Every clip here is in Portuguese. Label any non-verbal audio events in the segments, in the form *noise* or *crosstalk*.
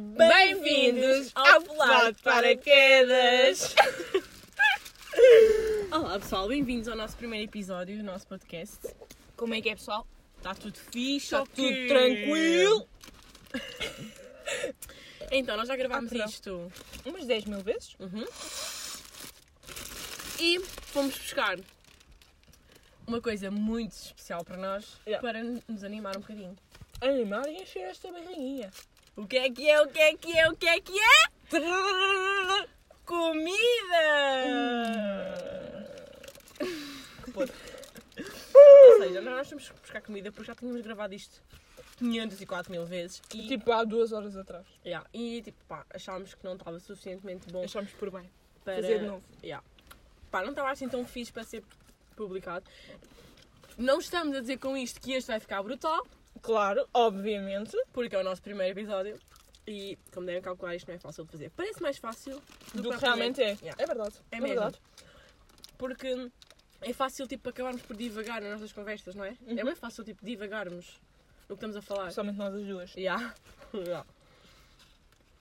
Bem-vindos ao Pular de Paraquedas! *laughs* Olá pessoal, bem-vindos ao nosso primeiro episódio do nosso podcast. Como é que é, pessoal? Está tudo fixe, Está ok? tudo tranquilo? *laughs* Então, nós já gravámos Ah, perdão. isto Umas 10 mil vezes? e fomos buscar uma coisa muito especial para nós Yeah. para nos animar um bocadinho. Animar e encher esta barriguinha. O que é que é, o que é que é, o que é que é? Comida! Que podre. Ou seja, nós estamos buscar comida porque já tínhamos gravado isto 504 mil vezes e Tipo há duas horas atrás. Yeah, E tipo, pá, achámos que não estava suficientemente bom Achámos por bem. para. fazer de novo. Yeah. Pá, não estava assim tão fixe para ser publicado. Não estamos a dizer com isto que este vai ficar brutal, Claro, obviamente. porque é o nosso primeiro episódio. E como devem calcular, isto não é fácil de fazer. Parece mais fácil Do, que propriamente- realmente é. Yeah. É verdade. É é mesmo. verdade. Porque é fácil tipo acabarmos por divagar nas nossas conversas, não é? Uhum. É mais fácil tipo divagarmos no que estamos a falar. Somente nós as duas. Yeah. Yeah.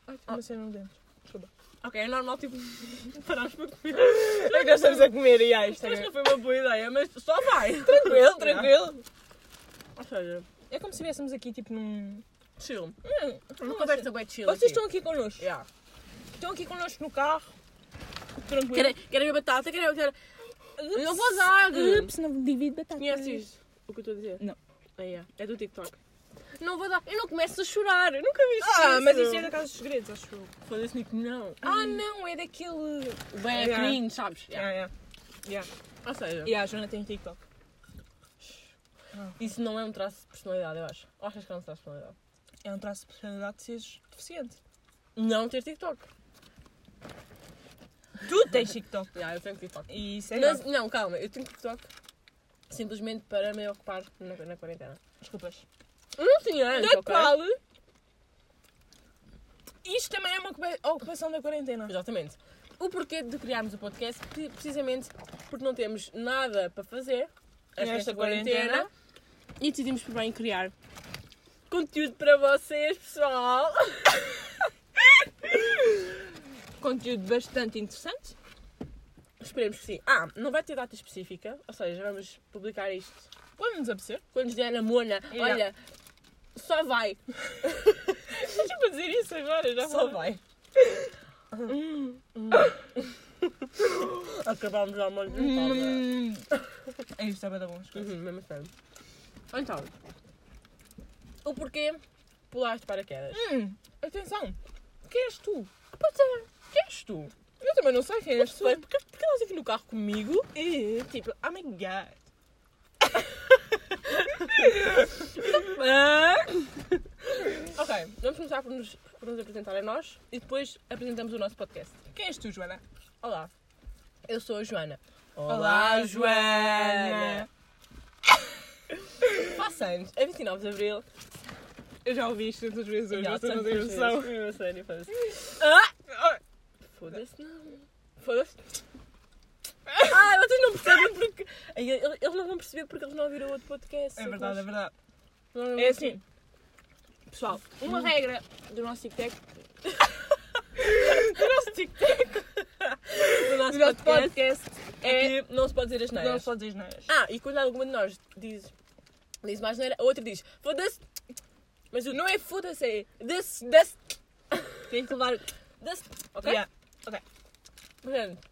Ai, tem uma cena no *laughs* dentro. Desculpa. Ok, é normal tipo *laughs* pararmos para comer. É que nós estamos a comer e ai, isto Mas é não foi uma boa ideia, mas só vai. *laughs* Tranquilo, tranquilo. Ou seja, É como se estivéssemos aqui, tipo, num... chill. Hum, Uma conversa bem chill. Vocês aqui. estão aqui connosco. Yeah. Estão aqui connosco no carro. Tranquilo. Querem, querem ver batata? Querem ver. Ups. Não vou dar. Ups, não divide batatas. Conheces o que eu estou a dizer? Não. Ah, yeah. É do TikTok. Não vou dar. Eu não começo a chorar. Eu nunca vi isso. Ah, mas isso é da Casa dos Segredos, acho eu. Foda-se, Nico, não. Ah, não, é daquele... Bem, é Yeah. cringe, sabes? Yeah. Yeah, yeah. Yeah. Ou seja, Yeah, a Joana tem TikTok. isso não é um traço de personalidade, eu acho. Ou achas que é um traço de personalidade? É um traço de personalidade de seres deficiente. Não ter TikTok. Tu tens TikTok. Yeah, eu tenho TikTok. E isso é Mas, grave. não, calma, eu tenho TikTok simplesmente para me ocupar na, na quarentena. Desculpas. Eu não é tinha antes, Da ok? qual... Isto também é uma ocupa- ocupação da quarentena. Exatamente. O porquê de criarmos o podcast, que precisamente porque não temos nada para fazer esta, Nesta quarentena, quarentena. e decidimos por bem criar conteúdo para vocês, pessoal. Conteúdo bastante interessante. Esperemos que sim. Ah, não vai ter data específica, ou seja, vamos publicar isto Quando nos apetecer. quando nos der na mona. Yeah. Olha, só vai, *laughs* Estás tipo a dizer isso agora, já só vai. Acabámos de dar uma dentada. Hum. É isto, estava da bom. escuta. Uhum, mesmo assim. Então, o porquê pular de paraquedas? Hum, atenção. Quem és tu? é, Pode ser. Quem és tu? Eu também não sei quem és tu. Ué, Porquê porquê elas aqui no carro comigo? E, tipo, oh my god. Ah! ok, vamos começar por nos, por nos apresentar a nós e depois apresentamos o nosso podcast. Quem és tu, Joana? Olá, eu sou a Joana. Faço anos, É a 29 de Abril. Eu já ouvi isto tantas vezes hoje, Já, vocês não tantas têm vezes. noção. Eu sei, nem faço. Ah! Foda-se, não. Foda-se. Ai, vocês não percebem porque. Ai, Eles eles não vão perceber porque eles não ouviram outro podcast. É verdade, é verdade. verdade. É assim, Pessoal, uma regra do nosso TikTok. do nosso TikTok. o do nosso nosso podcast. podcast É que não se pode dizer as não é? neiras. só diz neiras. Ah, e quando alguma de nós diz, diz mais neira, a outra diz foda-se. Mas o não é foda-se, é this, this. Tem que levar this. Ok? Yeah. Portanto,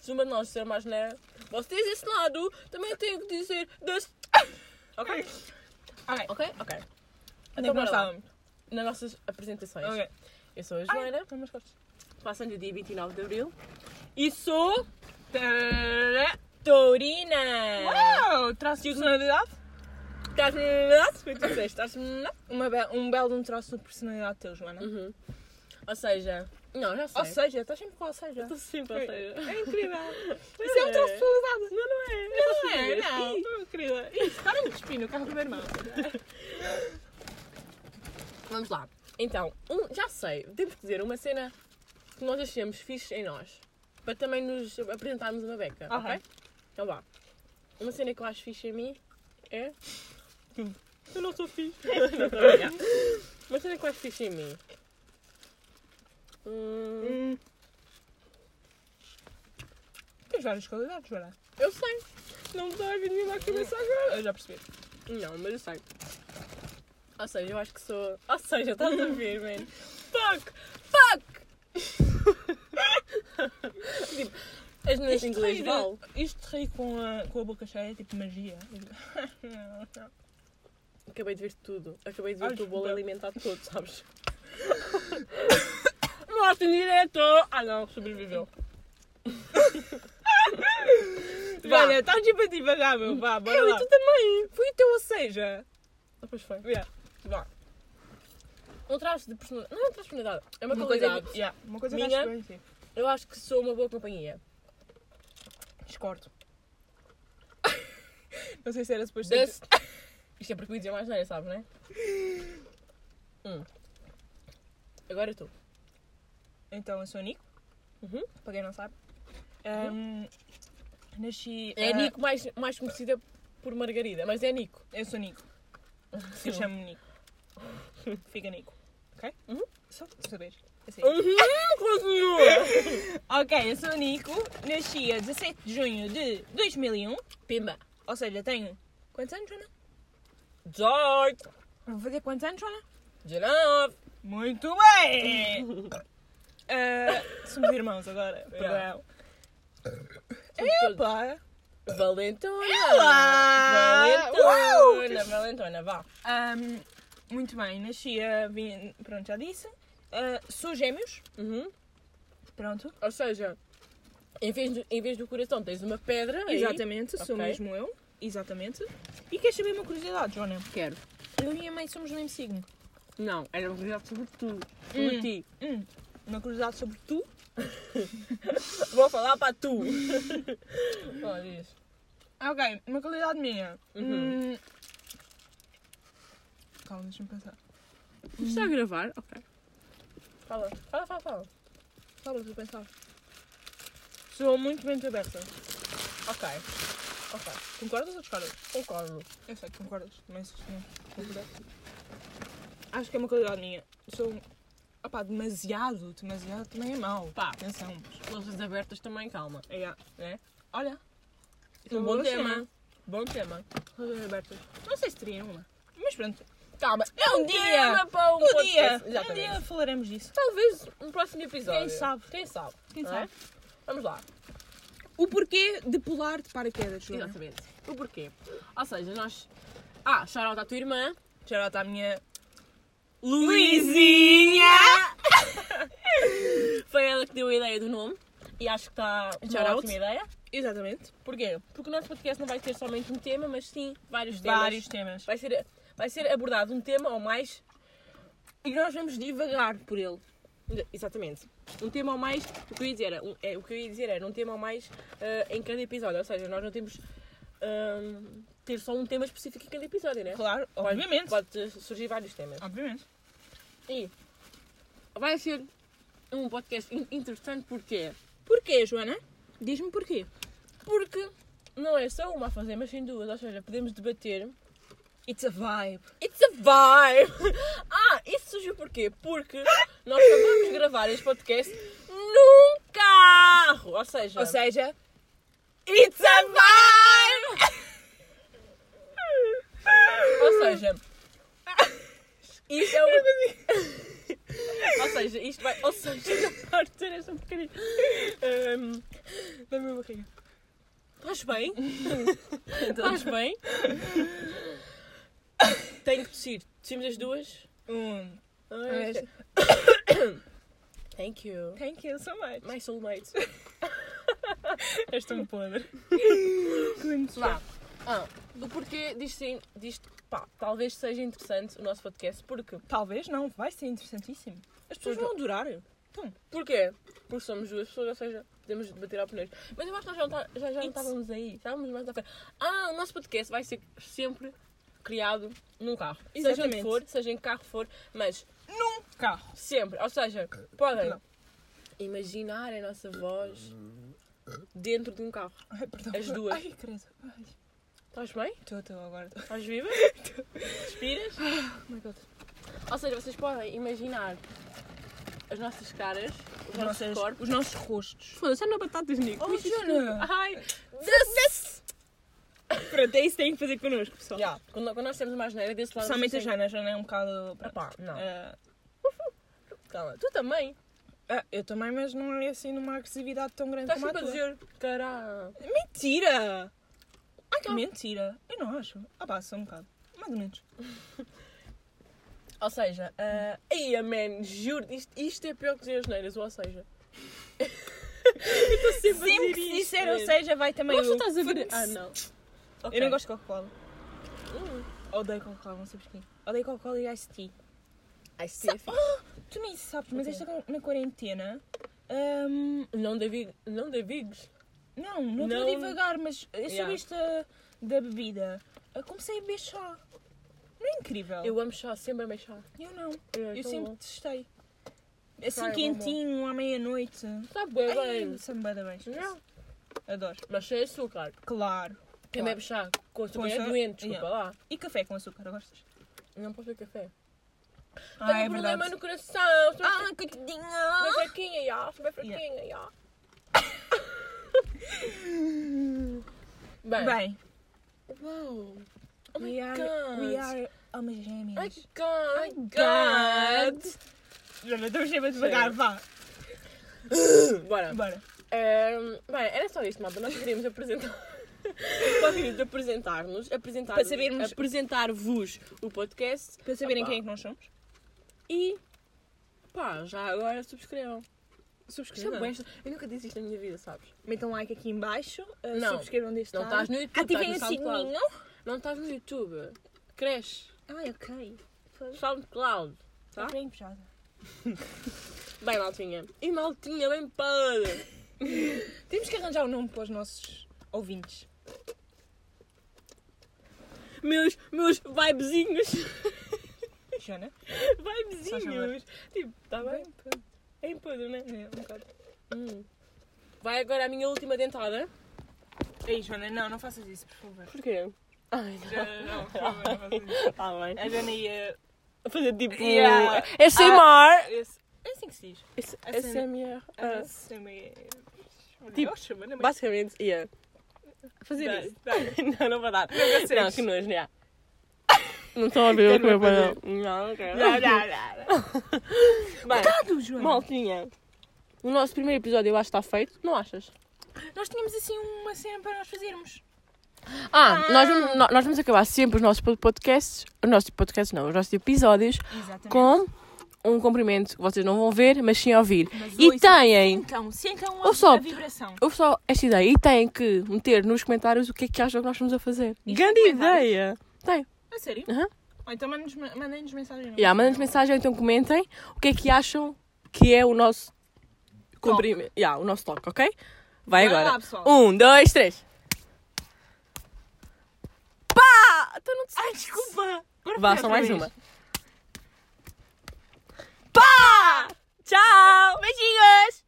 se uma de nós disser mais neira, vocês desse lado também têm que dizer this. Ok? Ok, Ok? Ok. onde é bora que nós lá. estávamos? Nas nossas apresentações. Ok. Eu sou a Ai, Joana, estão umas costas. passando o dia 29 de Abril. E sou Tarará. Taurina! É. Uau! Traço de personalidade? Estás melhor? Foi tu que disseste, estás melhor? Uma be- um belo de um troço de personalidade teu, Joana. Uhum. Ou seja, não, já sei. Ou seja, estás sempre com ou seja. Estou sempre, ou seja. É incrível. *laughs* Isso é um troço de personalidade. Não, não é. Não é, Ih, não. ih. Não, querida. Isso, para um me despir no carro do meu irmão. Vamos lá. Então, um- já sei, temos que dizer uma cena que nós achemos fixe em nós. Para também nos apresentarmos uma beca, ok? Ok. Então vá. Uma cena que eu acho fixe em mim é... *laughs* Eu não sou fixe. *laughs* Uma cena que eu acho fixe em mim Hum, Hum. Tens várias qualidades, Joana. eu sei. Não me dá a vir nenhuma à cabeça agora. Eu já percebi. Não, mas eu sei. Ou seja, eu acho que sou. Ou seja, estás a ver, man. Fuck! Fuck! tipo, as minhas Isto é inglês rir- vale. Isto de rir com a, com a boca cheia é tipo *laughs* magia. Acabei de ver tudo. Acabei de ver Ai, o teu bolo desculpa. alimentado todo, *laughs* sabes? Mostra em direto! Ah não, *laughs* sobreviveu. Vá. Joana, estás tipo a divagar, meu. Vá, bora Eu e lá. tu também! Foi o teu ou seja. Ah, pois foi. Yeah. Vá. Um traço de personalidade. Não é um traço de personalidade. É uma, Uma coisa, qualidade. yeah, uma coisa que Minha? acho bem, sim. Eu acho que sou uma boa companhia. Discordo. *laughs* Não sei se era suposto ser- Das... *laughs* Isto é porque eu ia dizer mais nada, sabes, não é? Hum. Agora eu tu. Então, eu sou a Nico, Uhum. para quem não sabe. Ahm, nasci. É ah, Nico mais, mais conhecida por Margarida, mas é Nico. Eu sou Nico. Eu chamo-me Nico. Fica Nico. Ok? Uhum. Só para saber. Assim. Uhum, Ok, eu sou a Nico. Nasci a 17 de junho de 2001. Pimba. Ou seja, tenho. Quantos anos, Joana? George. Vou fazer quantos anos, Joana? De novo. Muito bem! *laughs* Ah, somos irmãos agora. Yeah. Perdão. É, Epa! Valentona. Ela! Valentona, Valentona, vá. Ahm, muito bem, nasci a. vin- Pronto, já disse. Ah, sou gêmeos. Uhum. Pronto. Ou seja, em vez, do, em vez do coração tens uma pedra aí. Exatamente, sou Ok. mesmo eu. Exatamente. E queres saber uma curiosidade, Joana? Quero. Eu e a mãe somos do mesmo signo. Não, era um verdade sobre tu. Hum. Sobre ti. Hum, uma curiosidade sobre tu. Vou falar para *laughs* tu. Ó, diz. Ah, Ok, uma curiosidade minha. Uhum. Hum. Calma, deixa-me pensar. Está a gravar? Ok. Fala, Fala, fala, fala. fala, estou a pensar. Sou muito mente aberta. Ok, Ok. Concordas ou discordas? concordo. Eu sei que concordas, mas se não concordar. Acho que é uma qualidade minha. Sou. Opá, demasiado, demasiado também é mau. Pá. Atenção. Luzes abertas também, calma. É, yeah. É? Olha. Um Boa bom cena. tema. Bom tema. Luzes abertas. Não sei se teria uma. Mas pronto. Calma, é um um, dia. dia. para um, Um podcast. dia, um Exatamente. dia falaremos disso. Talvez um próximo episódio. Quem sabe? Quem sabe? Quem não é? sabe? Vamos lá. O porquê de pular de paraquedas, Joana? Exatamente. O porquê? Ou seja, nós. Ah, shout-out à tua irmã. Já está a minha... Luizinha! *laughs* Foi ela que deu a ideia do nome. E acho que está Shout uma out. ótima ideia. Exatamente. Porquê? Porque o nosso podcast não vai ter somente um tema, mas sim vários temas. Vários temas. Vai ser, vai ser abordado um tema ou mais e nós vamos divagar por ele. Exatamente. Um tema ou mais, o que eu ia dizer era, um, é, o que eu ia dizer era um tema ou mais ah, em cada episódio. Ou seja, nós não temos ah, ter só um tema específico em cada episódio, né? Claro, Pode- obviamente. Pode surgir vários temas. Obviamente. E vai ser um podcast in- interessante porquê? Porquê, Joana? Diz-me porquê. Porque não é só uma a fazer, mas sim duas. Ou seja, podemos debater It's a vibe. It's a vibe! *laughs* Ah, isso surgiu porquê? Porque nós só vamos gravar este podcast num carro! Ou seja, Ou seja... It's a vibe! Ou seja, isto *laughs* é um... Ou seja, isto vai. Ou seja, *laughs* para dizer esta porcaria. Ahm, *laughs* Da minha barriga. Estás bem? *laughs* Estás bem? Tenho que tossir. Tossimos as duas? Um. Ai, dois. Thank you. Thank you so much. My soulmate. És tão *laughs* podre. Vá. Ah, o porquê disto, sim- disto, pá, talvez seja interessante o nosso podcast, porque... Talvez não, vai ser interessantíssimo. As pessoas vão adorar. Então, Porquê? Porque somos duas pessoas, ou seja, podemos debater opiniões. Mas eu acho que nós já não, tá- já, já não It's- estávamos aí, estávamos mais à frente. Ah, o nosso podcast vai ser sempre criado num carro. Seja onde Exatamente. for, seja em que carro for, mas num carro. sempre, ou seja, podem Não. imaginar a nossa voz dentro de um carro. Ai, perdão. As duas. Ai, credo. Ai. Estás bem? Estou, estou agora. tô. Estás *laughs* viva? Respiras? Oh my god. Ou seja, vocês podem imaginar as nossas caras, os Os nossos nossos- corpos. os nossos rostos. Foda-se, já não é batatas, Nico. Oh, Diz isto é. Jana! tudo. Ai! Pronto, é isso que têm que fazer connosco, pessoal. Yeah, tá Quando, quando nós temos uma janeira desse lado. Principalmente a vocês têm- Jana, a Jana é um bocado. pronto, Epá, não. ah, Calma. Tu também. ah, eu também, mas não é assim numa agressividade tão grande Estás como a Tá sempre a tua. dizer. Caralho. Mentira! Ah, calma. Mentira! Eu não acho. Ah pá, só um bocado. Mais ou menos. Ou seja, ah, ai, man, juro, isto, isto é pior que dizer as neiras, ou seja. *laughs* eu estou sempre, a Sempre dizer que isto, disser, ou man. seja, vai também Mas tu eu. estás a ver. Foda-se. Ah, não. Eu não Ok. gosto de Coca-Cola. Hum. Odeio Coca-Cola, não sei porquê. Odeio Coca-Cola e Ice Tea. Ai, sim, é fixe. Tu nem sabes, mas Ok. esta na quarentena. hum, Não davigues. Não davigues. não, não Não- estou devagar, mas eu Yeah. sobre esta da bebida. eu comecei a beber chá. Não é incrível? Eu amo chá, sempre amei chá. Eu não. É, Eu tão sempre bom. testei. Assim Chá é bom, quentinho, à meia-noite. Está Tá bem, Ai, bem. samba da bem. Não. Adoro. Mas sem açúcar. Claro. Quem Claro. bebe chá com açúcar é açúcar, doente, desculpa yeah. lá. E café com açúcar, gostas? Não posso beber café. Tenho um problema no coração. Sou ah. é Ah, coitadinha! bem fraquinha, já. Sou bem fraquinha, *laughs* já. Bem. Bem, Uau. Oh my we are, God. we are almas Ai, gêmeas. God. Ai, God. Jana, estamos sempre devagar, vá. Bora. Bora. Ehm, bem, era só isto, malta. Nós queríamos apresentar. *laughs* Nós queríamos apresentar-nos, apresentar Para sabermos- apresentar-vos o podcast Para saberem Opa. quem é que nós somos. e pá, já agora subscrevam. Isto é Subscrevam. bué esta- Eu nunca disse isto na minha vida, sabes? Metam like aqui em baixo. uh, Não. Subscrevam deste Não lado. estás no YouTube, Ativem o estás no SoundCloud. sininho. Não estás no YouTube, cresce, Ai, ok. Foi. SoundCloud, tá? Tá bem puxada. Bem, maltinha. E maltinha, bem para. Temos que arranjar um nome para os nossos ouvintes. Meus, meus vibezinhos. *laughs* Jana? Só chamar. Vibezinhos. Tipo, tá bem? pronto. É impuro, né? É, um bocado. Hum. Vai agora a minha última dentada. Ei, Jana, não, não faças isso, por favor. Porquê? Ai, não. Jana, não, por favor, não faças isso. Tá bem. *laughs* A Jana ia... Fazer *laughs* tipo. Yeah. SMR. Esse- É assim que se diz. Ah. é- S- SMR. SMR. Ah, Tipo, Tipo, chama-me. Basicamente, ia. Fazer Dá, isso. dá. *laughs* não, não vai dar. Não, consegues. que nojo, já. Não estão a ver o que Quero meu pai fazer. não. Não, não quero. Não, *laughs* não, Bem, não. Joana. maltinha. O nosso primeiro episódio eu acho que está feito, não achas? Nós tínhamos assim uma cena para nós fazermos. Ah, Nós, vamos, nó- nós vamos acabar sempre os nossos pod- podcasts, os nossos podcasts não, os nossos episódios Exatamente. com um cumprimento que vocês não vão ver, mas sim ouvir. Mas e ouçam, têm, Então, sintam Ou a, só- a vibração. ouve só esta ideia, e têm que meter nos comentários o que é que acham que nós estamos a fazer. Isto Grande tem comentários? ideia! Tem. A sério? Aham. Ou então mandem-nos mandem mensagem. no Yeah, Mandem-nos mensagem ou então comentem o que é que acham que é o nosso cumprimento. Yeah, o nosso toque, ok? Vai Vai lá, agora. pessoal. um, dois, três. Pá! Então não te Ai, desculpa. Agora Vá, foi só outra mais vez. uma. Pá! Tchau! Beijinhos!